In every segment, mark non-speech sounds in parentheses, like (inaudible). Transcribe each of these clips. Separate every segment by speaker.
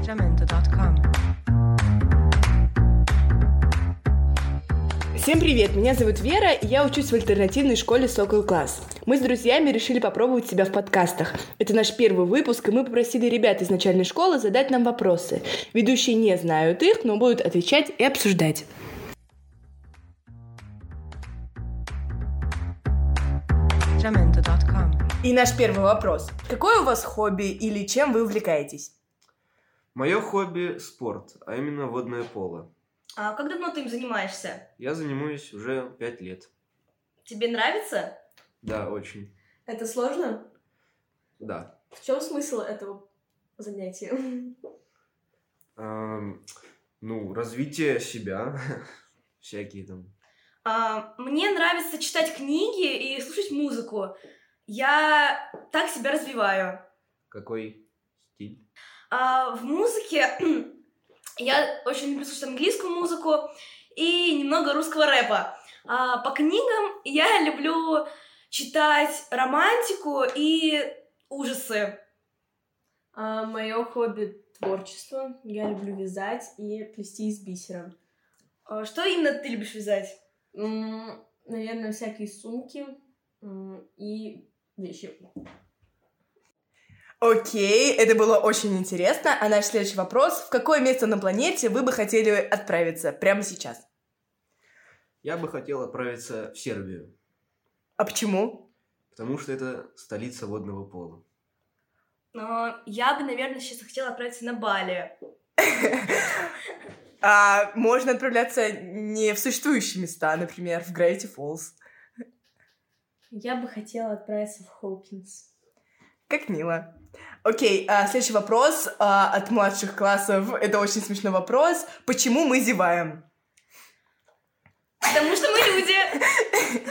Speaker 1: sacramento.com.
Speaker 2: Всем привет! Меня зовут Вера, и я учусь в альтернативной школе «Сокол Класс». Мы с друзьями решили попробовать себя в подкастах. Это наш первый выпуск, и мы попросили ребят из начальной школы задать нам вопросы. Ведущие не знают их, но будут отвечать и обсуждать.
Speaker 1: sacramento.com.
Speaker 2: И наш первый вопрос. Какое у вас хобби или чем вы увлекаетесь?
Speaker 3: Мое хобби – спорт, а именно водное поло.
Speaker 4: А как давно ты им занимаешься?
Speaker 3: Я занимаюсь уже пять лет.
Speaker 4: Тебе нравится?
Speaker 3: Да, очень.
Speaker 5: Это сложно?
Speaker 3: Да.
Speaker 5: В чем смысл этого занятия?
Speaker 3: Эм, ну, развитие себя, (laughs) всякие там.
Speaker 4: А, мне нравится читать книги и слушать музыку. Я так себя развиваю.
Speaker 3: Какой стиль?
Speaker 4: А, в музыке (clears throat) я очень люблю слушать английскую музыку и немного русского рэпа. А, по книгам я люблю читать романтику и ужасы.
Speaker 5: мое А, хобби творчество. Я люблю вязать и плести из бисера.
Speaker 4: А, что именно ты любишь вязать?
Speaker 5: М, наверное, всякие сумки м, и вещи.
Speaker 2: Окей, это было очень интересно. А наш следующий вопрос. В какое место на планете вы бы хотели отправиться прямо сейчас?
Speaker 3: Я бы хотел отправиться в Сербию,
Speaker 2: А почему?
Speaker 3: потому что это столица водного пола.
Speaker 4: А, я бы, наверное, сейчас хотела отправиться на Бали.
Speaker 2: А можно отправляться не в существующие места, например, в Gravity Falls.
Speaker 5: Я бы хотела отправиться в Хокинс.
Speaker 2: Как мило. Окей, а, следующий вопрос а, от младших классов. Это очень смешной вопрос. Почему мы зеваем?
Speaker 4: Потому что мы люди.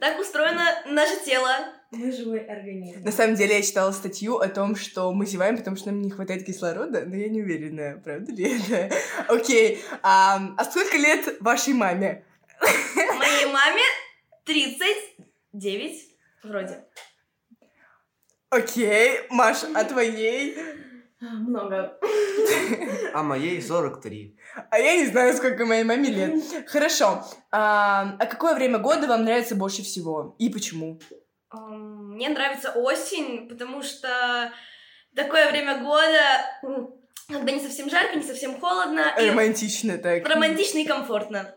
Speaker 4: Так устроено наше тело.
Speaker 5: Мы живой организм.
Speaker 2: На самом деле я читала статью о том, что мы зеваем, потому что нам не хватает кислорода, но я не уверена, правда ли это. Окей, а, а сколько лет вашей маме?
Speaker 4: Моей маме 39 вроде.
Speaker 2: Окей, Маш, а твоей?
Speaker 5: А, Много.
Speaker 3: А моей 43.
Speaker 2: А я не знаю, сколько моей маме (laughs) лет. Хорошо. А, а какое время года вам нравится больше всего? И почему?
Speaker 4: Эм, Мне нравится осень, потому что такое время года, м, когда не совсем жарко, не совсем холодно, и
Speaker 2: Романтично так.
Speaker 4: романтично и комфортно.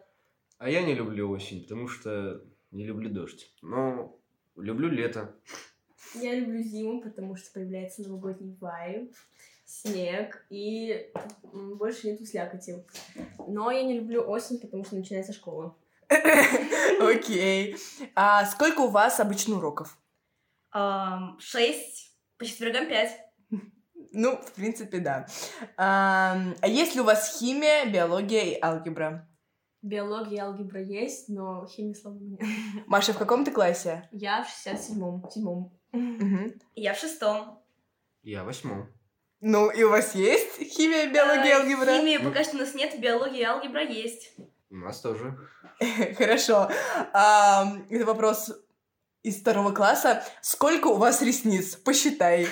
Speaker 3: А я не люблю осень, потому что не люблю дождь. Но люблю лето.
Speaker 5: Я люблю зиму, потому что появляется новогодний вайб, снег и м, больше нету слякоти. Но я не люблю осень, потому что начинается школа.
Speaker 2: (laughs) Окей. А сколько у вас обычно уроков?
Speaker 4: Эм, Шесть, по четвергам пять.
Speaker 2: Ну, в принципе, да. А, а есть ли у вас химия, биология и алгебра?
Speaker 5: Биология и алгебра есть, но химии, слава богу, нет.
Speaker 2: Маша, в каком ты классе?
Speaker 5: Я в 67-м. седьмом.
Speaker 2: Мгм.
Speaker 4: Я в шестом.
Speaker 3: Я в восьмом.
Speaker 2: Ну, и у вас есть химия, биология и
Speaker 4: Э,
Speaker 2: алгебра?
Speaker 4: Химии пока что у нас нет, биология и алгебра есть.
Speaker 3: У нас тоже.
Speaker 2: (laughs) Хорошо. Ам, Это вопрос из второго класса. Сколько у вас ресниц? Посчитай.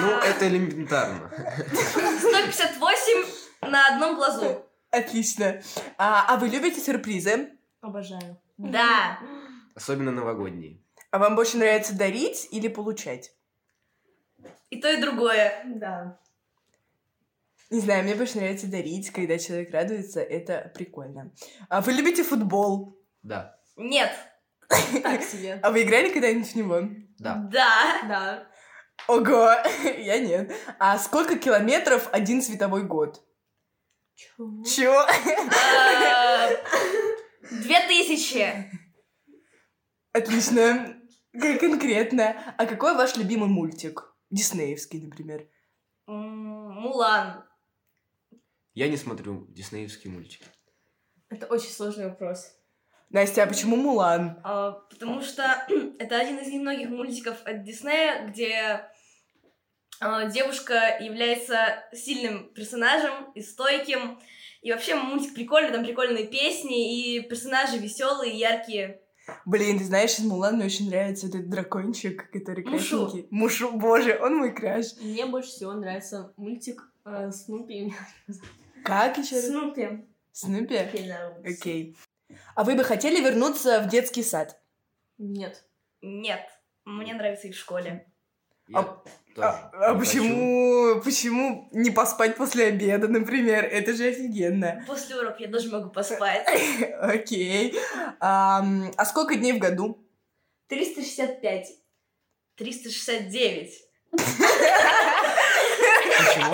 Speaker 3: Ну,
Speaker 4: Э,
Speaker 3: это элементарно.
Speaker 4: 158 на одном глазу.
Speaker 2: Отлично. А а вы любите сюрпризы?
Speaker 5: Обожаю.
Speaker 4: Да.
Speaker 3: Особенно новогодние.
Speaker 2: А вам больше нравится дарить или получать?
Speaker 4: И то, и другое.
Speaker 5: Да.
Speaker 2: Не знаю, мне больше нравится дарить, когда человек радуется, это прикольно. А вы любите футбол?
Speaker 3: Да.
Speaker 4: Нет.
Speaker 5: (laughs) Так себе.
Speaker 2: А вы играли когда-нибудь в него?
Speaker 3: Да.
Speaker 4: Да.
Speaker 5: Да.
Speaker 2: Ого, (laughs) я нет. А сколько километров один световой год?
Speaker 5: Чего?
Speaker 2: Чё?
Speaker 4: Э, Две тысячи.
Speaker 2: Отлично. Кон- Конкретно. А какой ваш любимый мультик? Диснеевский, например.
Speaker 4: М, Мулан.
Speaker 3: Я не смотрю диснеевские мультики.
Speaker 5: Это очень сложный вопрос.
Speaker 2: Настя, а почему Мулан?
Speaker 4: Э, Потому что (clears throat) это один из немногих мультиков от Диснея, где э, девушка является сильным персонажем и стойким. И вообще мультик прикольный, там прикольные песни, и персонажи веселые, яркие.
Speaker 2: Блин, ты знаешь, из Мулан мне очень нравится этот дракончик, который
Speaker 4: Мушу.
Speaker 2: красненький. Мушу, боже, он мой краш.
Speaker 5: Мне больше всего нравится мультик э, э, Снупи.
Speaker 2: Как еще раз?
Speaker 5: Снупи.
Speaker 2: Снупи?
Speaker 5: Пенелопс.
Speaker 2: Окей. А вы бы хотели вернуться в детский сад?
Speaker 5: Нет.
Speaker 4: Нет, мне нравится и в школе.
Speaker 3: Я
Speaker 2: А-
Speaker 3: тоже не хочу.
Speaker 2: почему не поспать после обеда, например? Это же офигенно. (laughs)
Speaker 4: После уроков я даже могу поспать.
Speaker 2: Окей. Ам, А сколько дней в году?
Speaker 5: 365.
Speaker 4: 369.
Speaker 3: Почему?
Speaker 5: (laughs)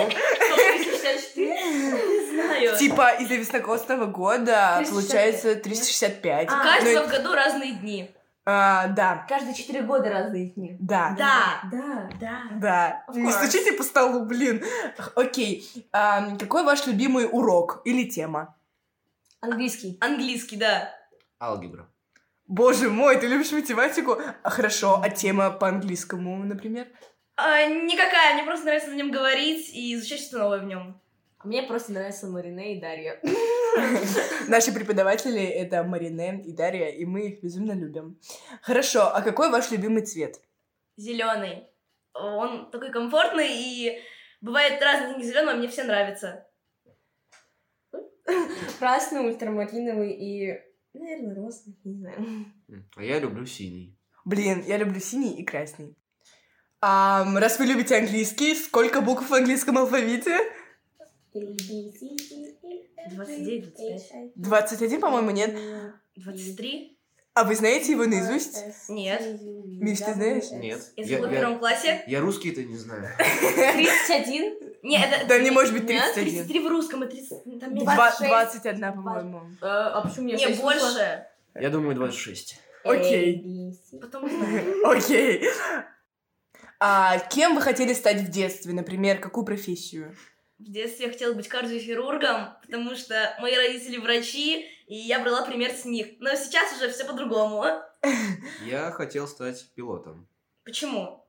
Speaker 4: 364? Не знаю.
Speaker 2: Типа из-за веснокосного года
Speaker 5: 365.
Speaker 2: получается 365.
Speaker 4: У
Speaker 5: А,
Speaker 2: Ну,
Speaker 4: каждого в году разные дни.
Speaker 2: а, да,
Speaker 5: Каждые 4 года разные дни.
Speaker 2: да,
Speaker 4: Да.
Speaker 5: Да.
Speaker 4: Да.
Speaker 2: да.
Speaker 5: Of
Speaker 2: Не
Speaker 5: course.
Speaker 2: стучите по столу, блин. Окей. Ам, Какой ваш любимый урок или тема?
Speaker 5: Английский.
Speaker 4: Английский, да.
Speaker 3: Алгебра.
Speaker 2: Боже мой, ты любишь математику? А, Хорошо, а тема по английскому, например?
Speaker 4: А, никакая, мне просто нравится на нем говорить и изучать что-то новое в нем.
Speaker 5: А Мне просто нравятся Марине и Дарья.
Speaker 2: Наши преподаватели — это Марине и Дарья, и мы их безумно любим. Хорошо, а какой ваш любимый цвет?
Speaker 4: Зеленый. Он такой комфортный и бывает разные дни зеленого, мне все нравятся.
Speaker 5: Красный, ультрамариновый и, наверное, розовый, не знаю.
Speaker 3: М, А я люблю синий.
Speaker 2: Блин, я люблю синий и красный. Ам, раз вы любите английский, сколько букв в английском алфавите?
Speaker 4: 29, 25.
Speaker 2: 21, по-моему, нет.
Speaker 4: 23?
Speaker 2: А вы знаете его наизусть?
Speaker 4: Нет.
Speaker 2: Миш, ты знаешь?
Speaker 3: Нет.
Speaker 4: Я
Speaker 3: Я-
Speaker 4: забыла в
Speaker 3: я-
Speaker 4: первом классе.
Speaker 3: Я русский-то не знаю.
Speaker 5: 31,
Speaker 4: Не, это...
Speaker 2: Да не может быть
Speaker 5: Нет,
Speaker 2: 31.
Speaker 4: 33 в русском и 30... Там меньше.
Speaker 2: Два-
Speaker 5: 26.
Speaker 2: 21, по-моему.
Speaker 5: э, а почему я
Speaker 4: Не, больше.
Speaker 3: Я думаю, 26.
Speaker 2: Окей.
Speaker 4: Потом узнаю.
Speaker 2: Окей. А кем вы хотели стать в детстве? Например, какую профессию?
Speaker 4: В детстве я хотела быть кардиохирургом, потому что мои родители врачи, и я брала пример с них. Но сейчас уже все по-другому.
Speaker 3: Я хотел стать пилотом.
Speaker 4: Почему?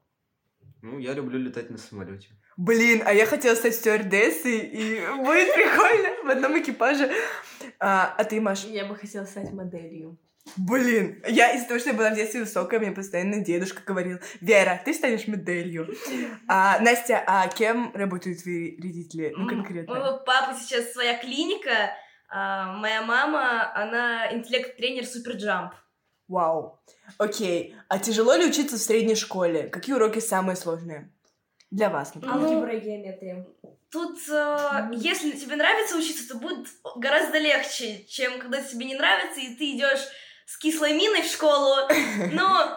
Speaker 3: Ну, я люблю летать на самолете.
Speaker 2: Блин, а я хотела стать стюардессой, и будет прикольно в одном экипаже. А, а ты, Маш?
Speaker 5: Я бы хотела стать моделью.
Speaker 2: Блин, я из-за того, что я была в детстве высокая, мне постоянно дедушка говорил, Вера, ты станешь моделью. А, Настя, а кем работают твои родители? Ну,
Speaker 4: У
Speaker 2: конкретно.
Speaker 4: моего папы сейчас своя клиника, а моя мама, она интеллект-тренер Суперджамп.
Speaker 2: Вау. Окей. А тяжело ли учиться в средней школе? Какие уроки самые сложные? Для вас, например.
Speaker 5: Алгебра и геометрия.
Speaker 4: Тут, э, если тебе нравится учиться, то будет гораздо легче, чем когда тебе не нравится, и ты идешь с кислой миной в школу. Но э,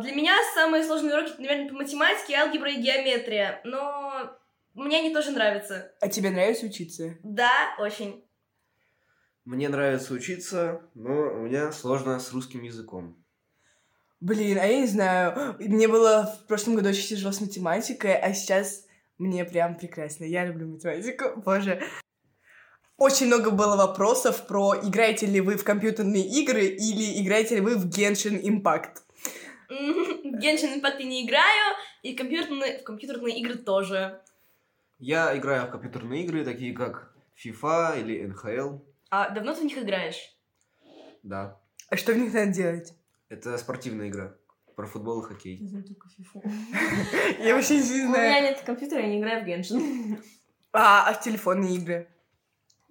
Speaker 4: для меня самые сложные уроки, наверное, по математике, алгебра и геометрия. Но мне они тоже нравятся.
Speaker 2: А тебе нравится учиться?
Speaker 4: Да, очень.
Speaker 3: Мне нравится учиться, но у меня сложно с русским языком.
Speaker 2: Блин, а я не знаю. Мне было в прошлом году очень тяжело с математикой, а сейчас мне прям прекрасно. Я люблю математику, боже. Очень много было вопросов про играете ли вы в компьютерные игры или играете ли вы в Genshin Impact.
Speaker 4: М, В Genshin Impact я не играю, и компьютерные, в компьютерные игры тоже.
Speaker 3: Я играю в компьютерные игры, такие как FIFA или NHL.
Speaker 4: А давно ты в них играешь?
Speaker 3: Да,
Speaker 2: А что в них надо делать?
Speaker 3: это спортивная игра про футбол и хоккей.
Speaker 5: Я знаю только фифу.
Speaker 2: Я вообще не
Speaker 5: У
Speaker 2: знаю.
Speaker 5: меня нет компьютера, Ну, я не играю в Геншин.
Speaker 2: А, а в телефонные игры?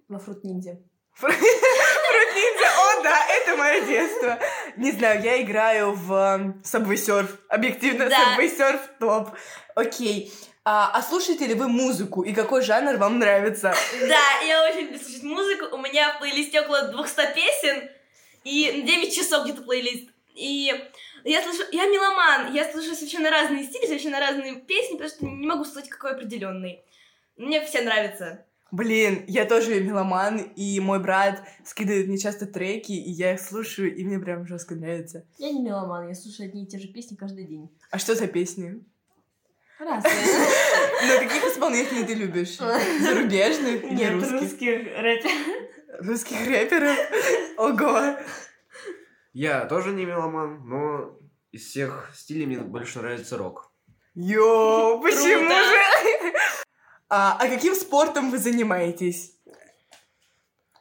Speaker 5: Во Фрут Ниндзя.
Speaker 2: Фрут Ниндзя, о да, это мое детство. Не знаю, я играю в эм, Subway Surf. Объективно,
Speaker 4: Да.
Speaker 2: Subway Surf топ. Окей. А, а слушаете ли вы музыку и какой жанр вам нравится?
Speaker 4: Да, я очень люблю слушать музыку. У меня в плейлисте около 200 песен и на 9 часов где-то плейлист. И я слышу, я меломан, я слышу совершенно разные стили, совершенно разные песни, потому что не могу сказать, какой определенный. Мне все нравятся.
Speaker 2: Блин, я тоже меломан, и мой брат скидывает мне часто треки, и я их слушаю, и мне прям жестко нравится.
Speaker 5: Я не меломан, я слушаю одни и те же песни каждый день.
Speaker 2: А что за песни?
Speaker 5: (laughs) Раз.
Speaker 2: Ну, каких исполнителей ты любишь? Зарубежных? Не русских?
Speaker 5: рэперов.
Speaker 2: Русских рэперов? Ого!
Speaker 3: Я тоже не меломан, но из всех стилей мне больше нравится рок.
Speaker 2: Йоу, почему
Speaker 4: Круто.
Speaker 2: же? А, а каким спортом вы занимаетесь?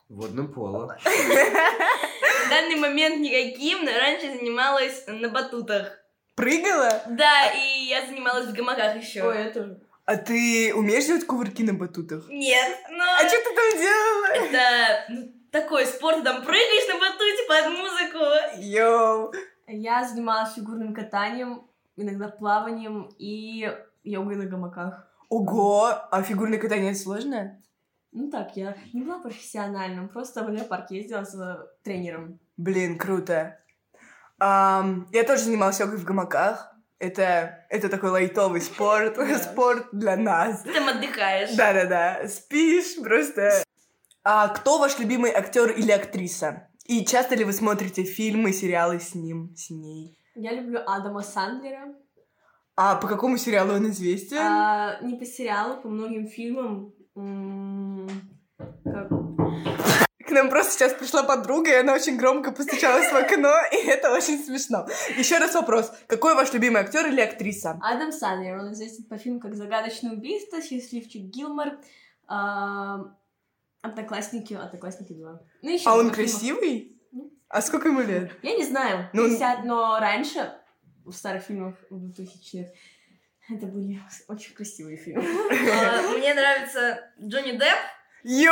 Speaker 3: Водным поло.
Speaker 4: В данный момент никаким, но раньше занималась на батутах.
Speaker 2: Прыгала?
Speaker 4: Да, и я занималась в гамаках еще.
Speaker 5: Ой, я тоже.
Speaker 2: А А ты умеешь делать кувырки на батутах?
Speaker 4: Нет, ну...
Speaker 2: А что ты там делала?
Speaker 4: Это ну, такой спорт, ты там прыгаешь на батуте под музыку.
Speaker 2: Йоу.
Speaker 5: Я занималась фигурным катанием, иногда плаванием и йогой на гамаках.
Speaker 2: Ого, а фигурное катание это сложно?
Speaker 5: Ну так, я не была профессиональным, просто в леопарк ездила с э, тренером.
Speaker 2: Блин, круто. Ам, я тоже занималась йогой в гамаках. Это, это такой лайтовый спорт, (laughs)
Speaker 5: Да.
Speaker 2: спорт для нас.
Speaker 4: Ты там отдыхаешь.
Speaker 2: Да-да-да, спишь просто. А кто ваш любимый актер или актриса? И часто ли вы смотрите фильмы, сериалы с ним, с ней?
Speaker 5: Я люблю Адама Сандлера.
Speaker 2: А по какому сериалу он известен?
Speaker 5: А, не по сериалу, по многим фильмам. М, Как...
Speaker 2: К нам просто сейчас пришла подруга, и она очень громко постучалась в окно, и это очень смешно. Еще раз вопрос. Какой ваш любимый актер или актриса?
Speaker 5: Адам Сандлер, он известен по фильму как «Загадочное убийство», «Счастливчик Гилмор», а, «Одноклассники», «Одноклассники 2». Ну, еще
Speaker 2: А он
Speaker 5: много фильмов.
Speaker 2: красивый?
Speaker 5: Ну.
Speaker 2: А сколько ему лет?
Speaker 5: Я не знаю,
Speaker 2: Ну,
Speaker 5: 50, но раньше, в старых фильмах, в 2000-х, это были очень красивые фильмы.
Speaker 4: А, Мне нравится Джонни Депп.
Speaker 2: Йо,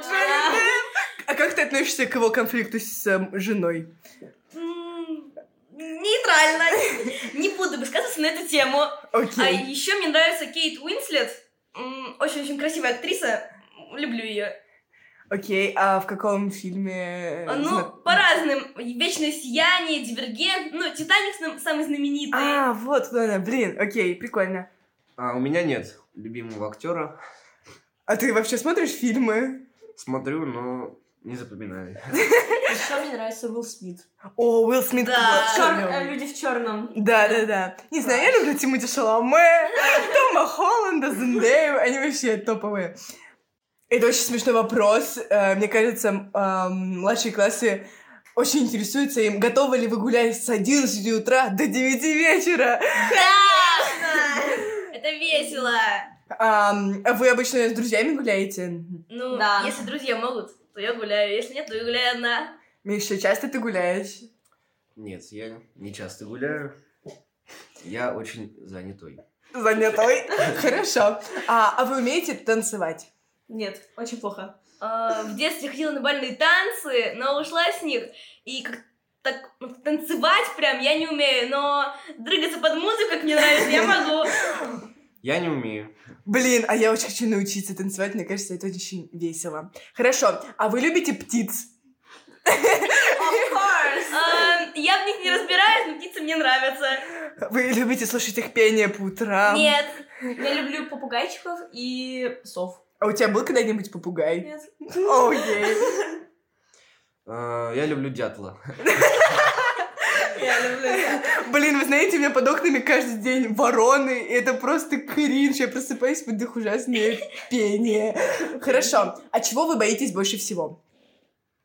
Speaker 2: Джонни Депп! А как ты относишься к его конфликту с эм, женой?
Speaker 4: М, Нейтрально. Не буду высказываться на эту тему. А
Speaker 2: Окей.
Speaker 4: еще мне нравится Кейт Уинслет. М, Очень-очень красивая актриса. Люблю ее.
Speaker 2: Окей, а в каком фильме? э,
Speaker 4: Ну,
Speaker 2: зна-
Speaker 4: по разным. Вечное сияние, дивергент. Ну, Титаник сам- самый знаменитый.
Speaker 2: А, вот кто она, блин, окей, прикольно.
Speaker 3: А у меня нет любимого актера.
Speaker 2: А ты вообще смотришь фильмы?
Speaker 3: Смотрю, но не запоминаю.
Speaker 5: Еще мне нравится Уилл Смит.
Speaker 2: О, Уилл Смит.
Speaker 4: Да.
Speaker 2: класс.
Speaker 5: Чёр- э, Люди в черном.
Speaker 2: Да, да, да. Не знаю, я люблю Тимати Шаломе, (laughs) Тома Холланда, Зендею, они вообще топовые. Это очень смешной вопрос. Э, Мне кажется, м, эм, младшие классы очень интересуются им, готовы ли вы гулять с 11 утра до 9 вечера.
Speaker 4: Конечно! Это весело.
Speaker 2: Ам, А вы обычно с друзьями гуляете?
Speaker 4: Ну,
Speaker 5: Да.
Speaker 4: если друзья могут, то я гуляю. Если нет, то я гуляю одна.
Speaker 2: Миша, часто ты гуляешь?
Speaker 3: Нет, я не часто гуляю. Я очень занятой.
Speaker 2: Занятой? (laughs) Хорошо. А а вы умеете танцевать?
Speaker 5: Нет, очень плохо. (laughs)
Speaker 4: А, В детстве ходила на бальные танцы, но ушла с них. И как так ну, танцевать прям я не умею, но дрыгаться под музыку, как мне нравится, я могу.
Speaker 3: Я не умею.
Speaker 2: Блин, а я очень хочу научиться танцевать, мне кажется, это очень весело. Хорошо, а вы любите птиц?
Speaker 4: А, Я в них не разбираюсь, но птицы мне нравятся.
Speaker 2: Вы любите слушать их пение по утрам?
Speaker 4: Нет,
Speaker 5: Я люблю попугайчиков и сов.
Speaker 2: А у тебя был когда-нибудь попугай?
Speaker 5: Нет.
Speaker 2: Оу, ей.
Speaker 3: А, Я люблю дятла.
Speaker 5: Я люблю.
Speaker 2: Блин, вы знаете, у меня под окнами каждый день вороны, и это просто кринж. Я просыпаюсь под их ужасное пение. Хорошо, а чего вы боитесь больше всего?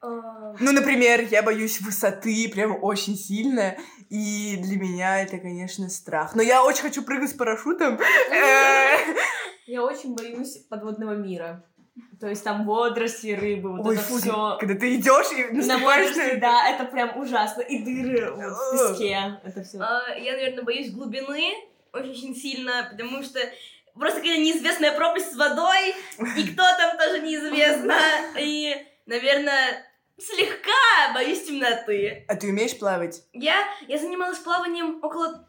Speaker 5: Э,
Speaker 4: А,
Speaker 2: Ну, например, я боюсь высоты прям очень сильно, и для меня это, конечно, страх. Но я очень хочу прыгать с парашютом. Э,
Speaker 5: Я очень боюсь подводного мира. То есть там водоросли, рыбы, вот
Speaker 2: Ой,
Speaker 5: это
Speaker 2: фу,
Speaker 5: все.
Speaker 2: когда ты идешь и
Speaker 5: На
Speaker 2: наступаешь
Speaker 5: водоросли,
Speaker 2: на...
Speaker 5: да, это прям ужасно. И дыры вот, в песке. Это все.
Speaker 4: а, Я, наверное, боюсь глубины очень-очень сильно, потому что просто какая-то неизвестная пропасть с водой, и кто там тоже неизвестно. И, наверное, слегка боюсь темноты.
Speaker 2: А ты умеешь плавать?
Speaker 4: Я, я занималась плаванием около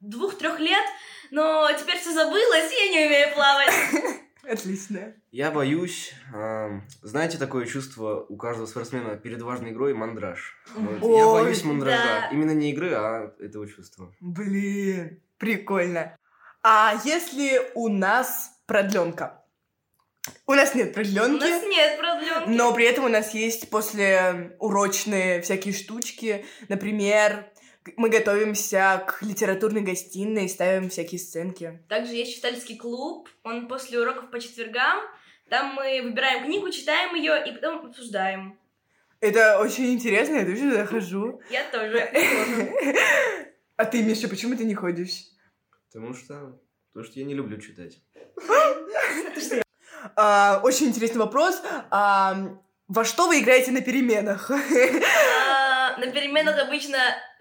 Speaker 4: двух-трех лет, но теперь все забылось, и я не умею плавать.
Speaker 2: Отлично.
Speaker 3: Я боюсь. а, Знаете такое чувство у каждого спортсмена перед важной игрой мандраж? Вот, Я
Speaker 2: Ой,
Speaker 3: боюсь
Speaker 4: да.
Speaker 3: мандража. Именно не игры, а этого чувства.
Speaker 2: Блин, прикольно. А если у нас продленка? У нас нет
Speaker 4: У нас
Speaker 2: продленки,
Speaker 4: нет продленки.
Speaker 2: но при этом у нас есть послеурочные всякие штучки. Например, к- мы готовимся к литературной гостиной и ставим всякие сценки.
Speaker 4: Также есть читательский клуб, он после уроков по четвергам. Там мы выбираем книгу, читаем ее и потом обсуждаем.
Speaker 2: Это очень интересно, я тоже захожу.
Speaker 4: Я тоже. тоже.
Speaker 2: А ты, Миша, почему ты не ходишь?
Speaker 3: Потому что... Потому что я не люблю читать.
Speaker 2: А, очень интересный вопрос. А, во что вы играете на переменах?
Speaker 4: А, На переменах обычно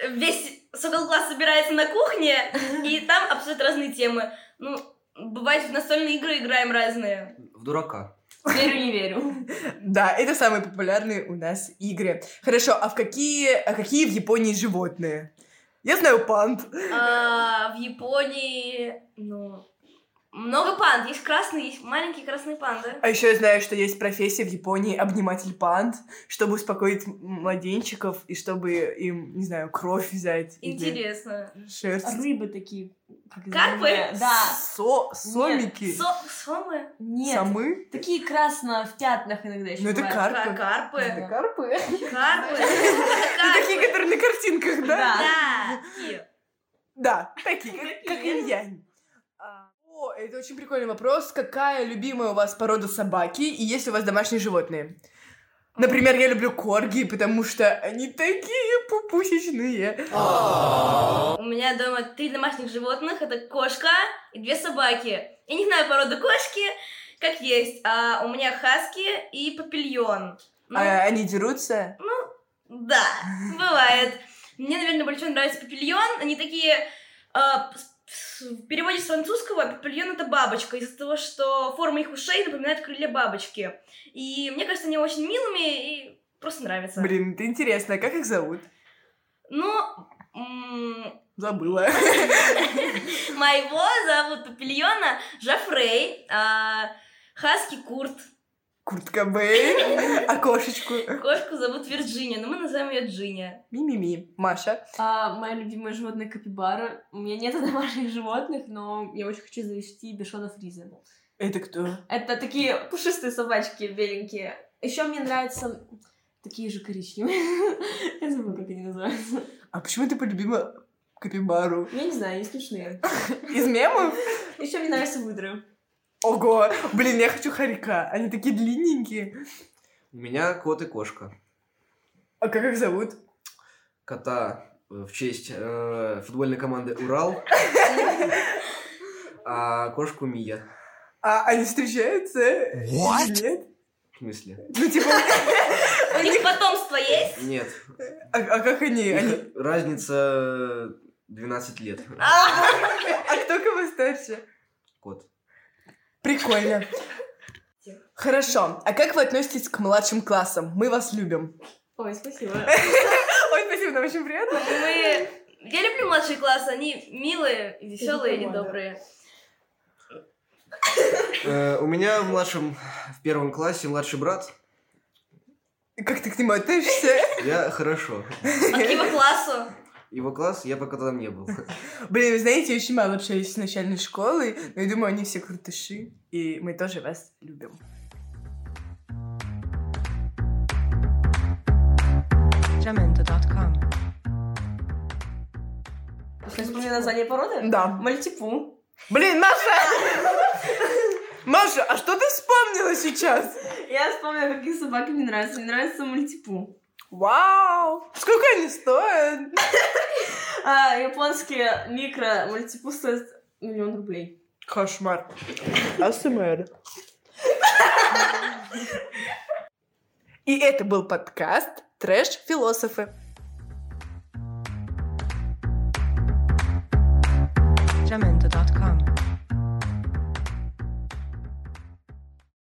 Speaker 4: весь сокол класс собирается на кухне, и там обсуждают разные темы. Ну, Бывает, в настольные игры играем разные.
Speaker 3: В дурака.
Speaker 5: Верю, не верю.
Speaker 2: Да, это самые популярные у нас игры. Хорошо, а в какие, а какие в Японии животные? Я знаю панд.
Speaker 4: А, в Японии, ну, много панд. Есть красные, есть маленькие красные панды.
Speaker 2: А еще я знаю, что есть профессия в Японии обниматель панд, чтобы успокоить м- младенчиков и чтобы им, не знаю, кровь взять. или
Speaker 4: Интересно.
Speaker 2: Шерсть.
Speaker 5: Рыбы такие. как из
Speaker 4: Карпы?
Speaker 5: аниме. Да.
Speaker 2: Со- сомики.
Speaker 4: Со- сомы?
Speaker 5: Нет.
Speaker 2: Самы?
Speaker 5: Такие красно в пятнах иногда еще.
Speaker 2: Ну это
Speaker 4: Кар-
Speaker 2: карпы.
Speaker 4: Карпы.
Speaker 2: карпы.
Speaker 4: Карпы.
Speaker 2: Это (laughs) такие,
Speaker 4: Карпы.
Speaker 2: которые на картинках, да?
Speaker 5: Да.
Speaker 4: Да. такие.
Speaker 2: Да, (laughs) такие, как- как инь-янь. А, О, это очень прикольный вопрос. Какая любимая у вас порода собаки и есть ли у вас домашние животные? Например, я люблю корги, потому что они такие пупусечные.
Speaker 4: У меня дома три домашних животных. Это кошка и две собаки. Я не знаю породу кошки, как есть. А у меня хаски и папильон. Ну,
Speaker 2: А они дерутся?
Speaker 4: Да, бывает. Мне, наверное, больше всего нравится папильон. Они такие... а, с- с- в переводе с французского папильон это бабочка из-за того, что форма их ушей напоминает крылья бабочки. И мне кажется, они очень милыми и просто нравятся.
Speaker 2: Блин, это интересно. Как их зовут?
Speaker 4: Но м, (laughs)
Speaker 2: Забыла. (laughs)
Speaker 4: моего зовут папильона Жафрей, а Хаски Курт.
Speaker 2: Куртка (laughs) Бэй. А кошечку?
Speaker 4: Кошку зовут Вирджиния, но мы называем ее Джиния.
Speaker 2: Ми-ми-ми. Маша.
Speaker 5: А, мое любимое животное капибара. У меня нет (laughs) домашних животных, но я очень хочу завести бешона фриза.
Speaker 2: Это кто?
Speaker 5: Это такие пушистые собачки беленькие. Еще мне нравятся такие же коричневые. (laughs) Я забыла, как они называются.
Speaker 2: А почему ты полюбила капибару?
Speaker 5: Я не знаю, они смешные.
Speaker 2: Из мемов?
Speaker 5: Еще мне нравятся выдры.
Speaker 2: Ого, блин, я хочу хорька. Они такие длинненькие.
Speaker 3: У меня кот и кошка.
Speaker 2: А как их зовут?
Speaker 3: кота э, в честь э, футбольной команды Урал, а кошку Мия.
Speaker 2: А они встречаются? Или Нет?
Speaker 3: В смысле?
Speaker 2: Ну, типа,
Speaker 4: У них
Speaker 3: (laughs)
Speaker 4: потомство есть?
Speaker 3: Нет.
Speaker 2: а, а как они? они...
Speaker 3: Их Разница 12 лет.
Speaker 2: А кто кого старше?
Speaker 3: Кот.
Speaker 2: Прикольно. Хорошо. А как вы относитесь к младшим классам? Мы вас любим.
Speaker 5: Ой, спасибо.
Speaker 2: Ой, спасибо, нам очень приятно.
Speaker 4: Мы... Я люблю младшие классы, они милые, веселые и
Speaker 5: Прикольно.
Speaker 4: добрые.
Speaker 3: Э, у меня в младшем, в первом классе младший брат.
Speaker 2: Как ты к нему относишься?
Speaker 3: Я хорошо.
Speaker 4: А к его классу?
Speaker 3: Его класс я пока там не был.
Speaker 2: Блин, вы знаете, я очень мало общаюсь с начальной школой, но я думаю, они все крутыши, и мы тоже вас любим.
Speaker 5: Сейчас вспомнила название породы?
Speaker 2: Да.
Speaker 5: Мальтипу.
Speaker 2: Блин, Маша! Маша, а что ты вспомнила сейчас?
Speaker 5: Я вспомнила, какие собаки мне нравятся. Мне нравится мультипу.
Speaker 2: Вау! Сколько они стоят?
Speaker 5: А, японские микро мультипу стоят миллион рублей.
Speaker 2: Кошмар. АСМР. И это был подкаст «Трэш-философы».
Speaker 1: Jamendo.com.